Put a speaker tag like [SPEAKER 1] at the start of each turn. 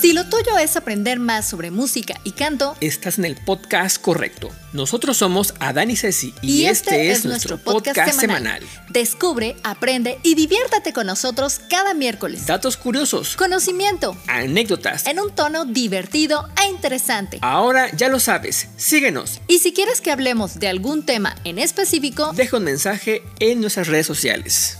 [SPEAKER 1] Si lo tuyo es aprender más sobre música y canto,
[SPEAKER 2] Estás en el podcast correcto. Nosotros somos Adán y Ceci y, este, es, nuestro, podcast, semanal.
[SPEAKER 1] Descubre, aprende y diviértate con nosotros cada miércoles.
[SPEAKER 2] Datos curiosos,
[SPEAKER 1] Conocimiento
[SPEAKER 2] anécdotas.
[SPEAKER 1] en un tono divertido e interesante.
[SPEAKER 2] Ahora ya lo sabes. Síguenos.
[SPEAKER 1] Y si quieres que hablemos de algún tema en específico,
[SPEAKER 2] Deja un mensaje en nuestras redes sociales.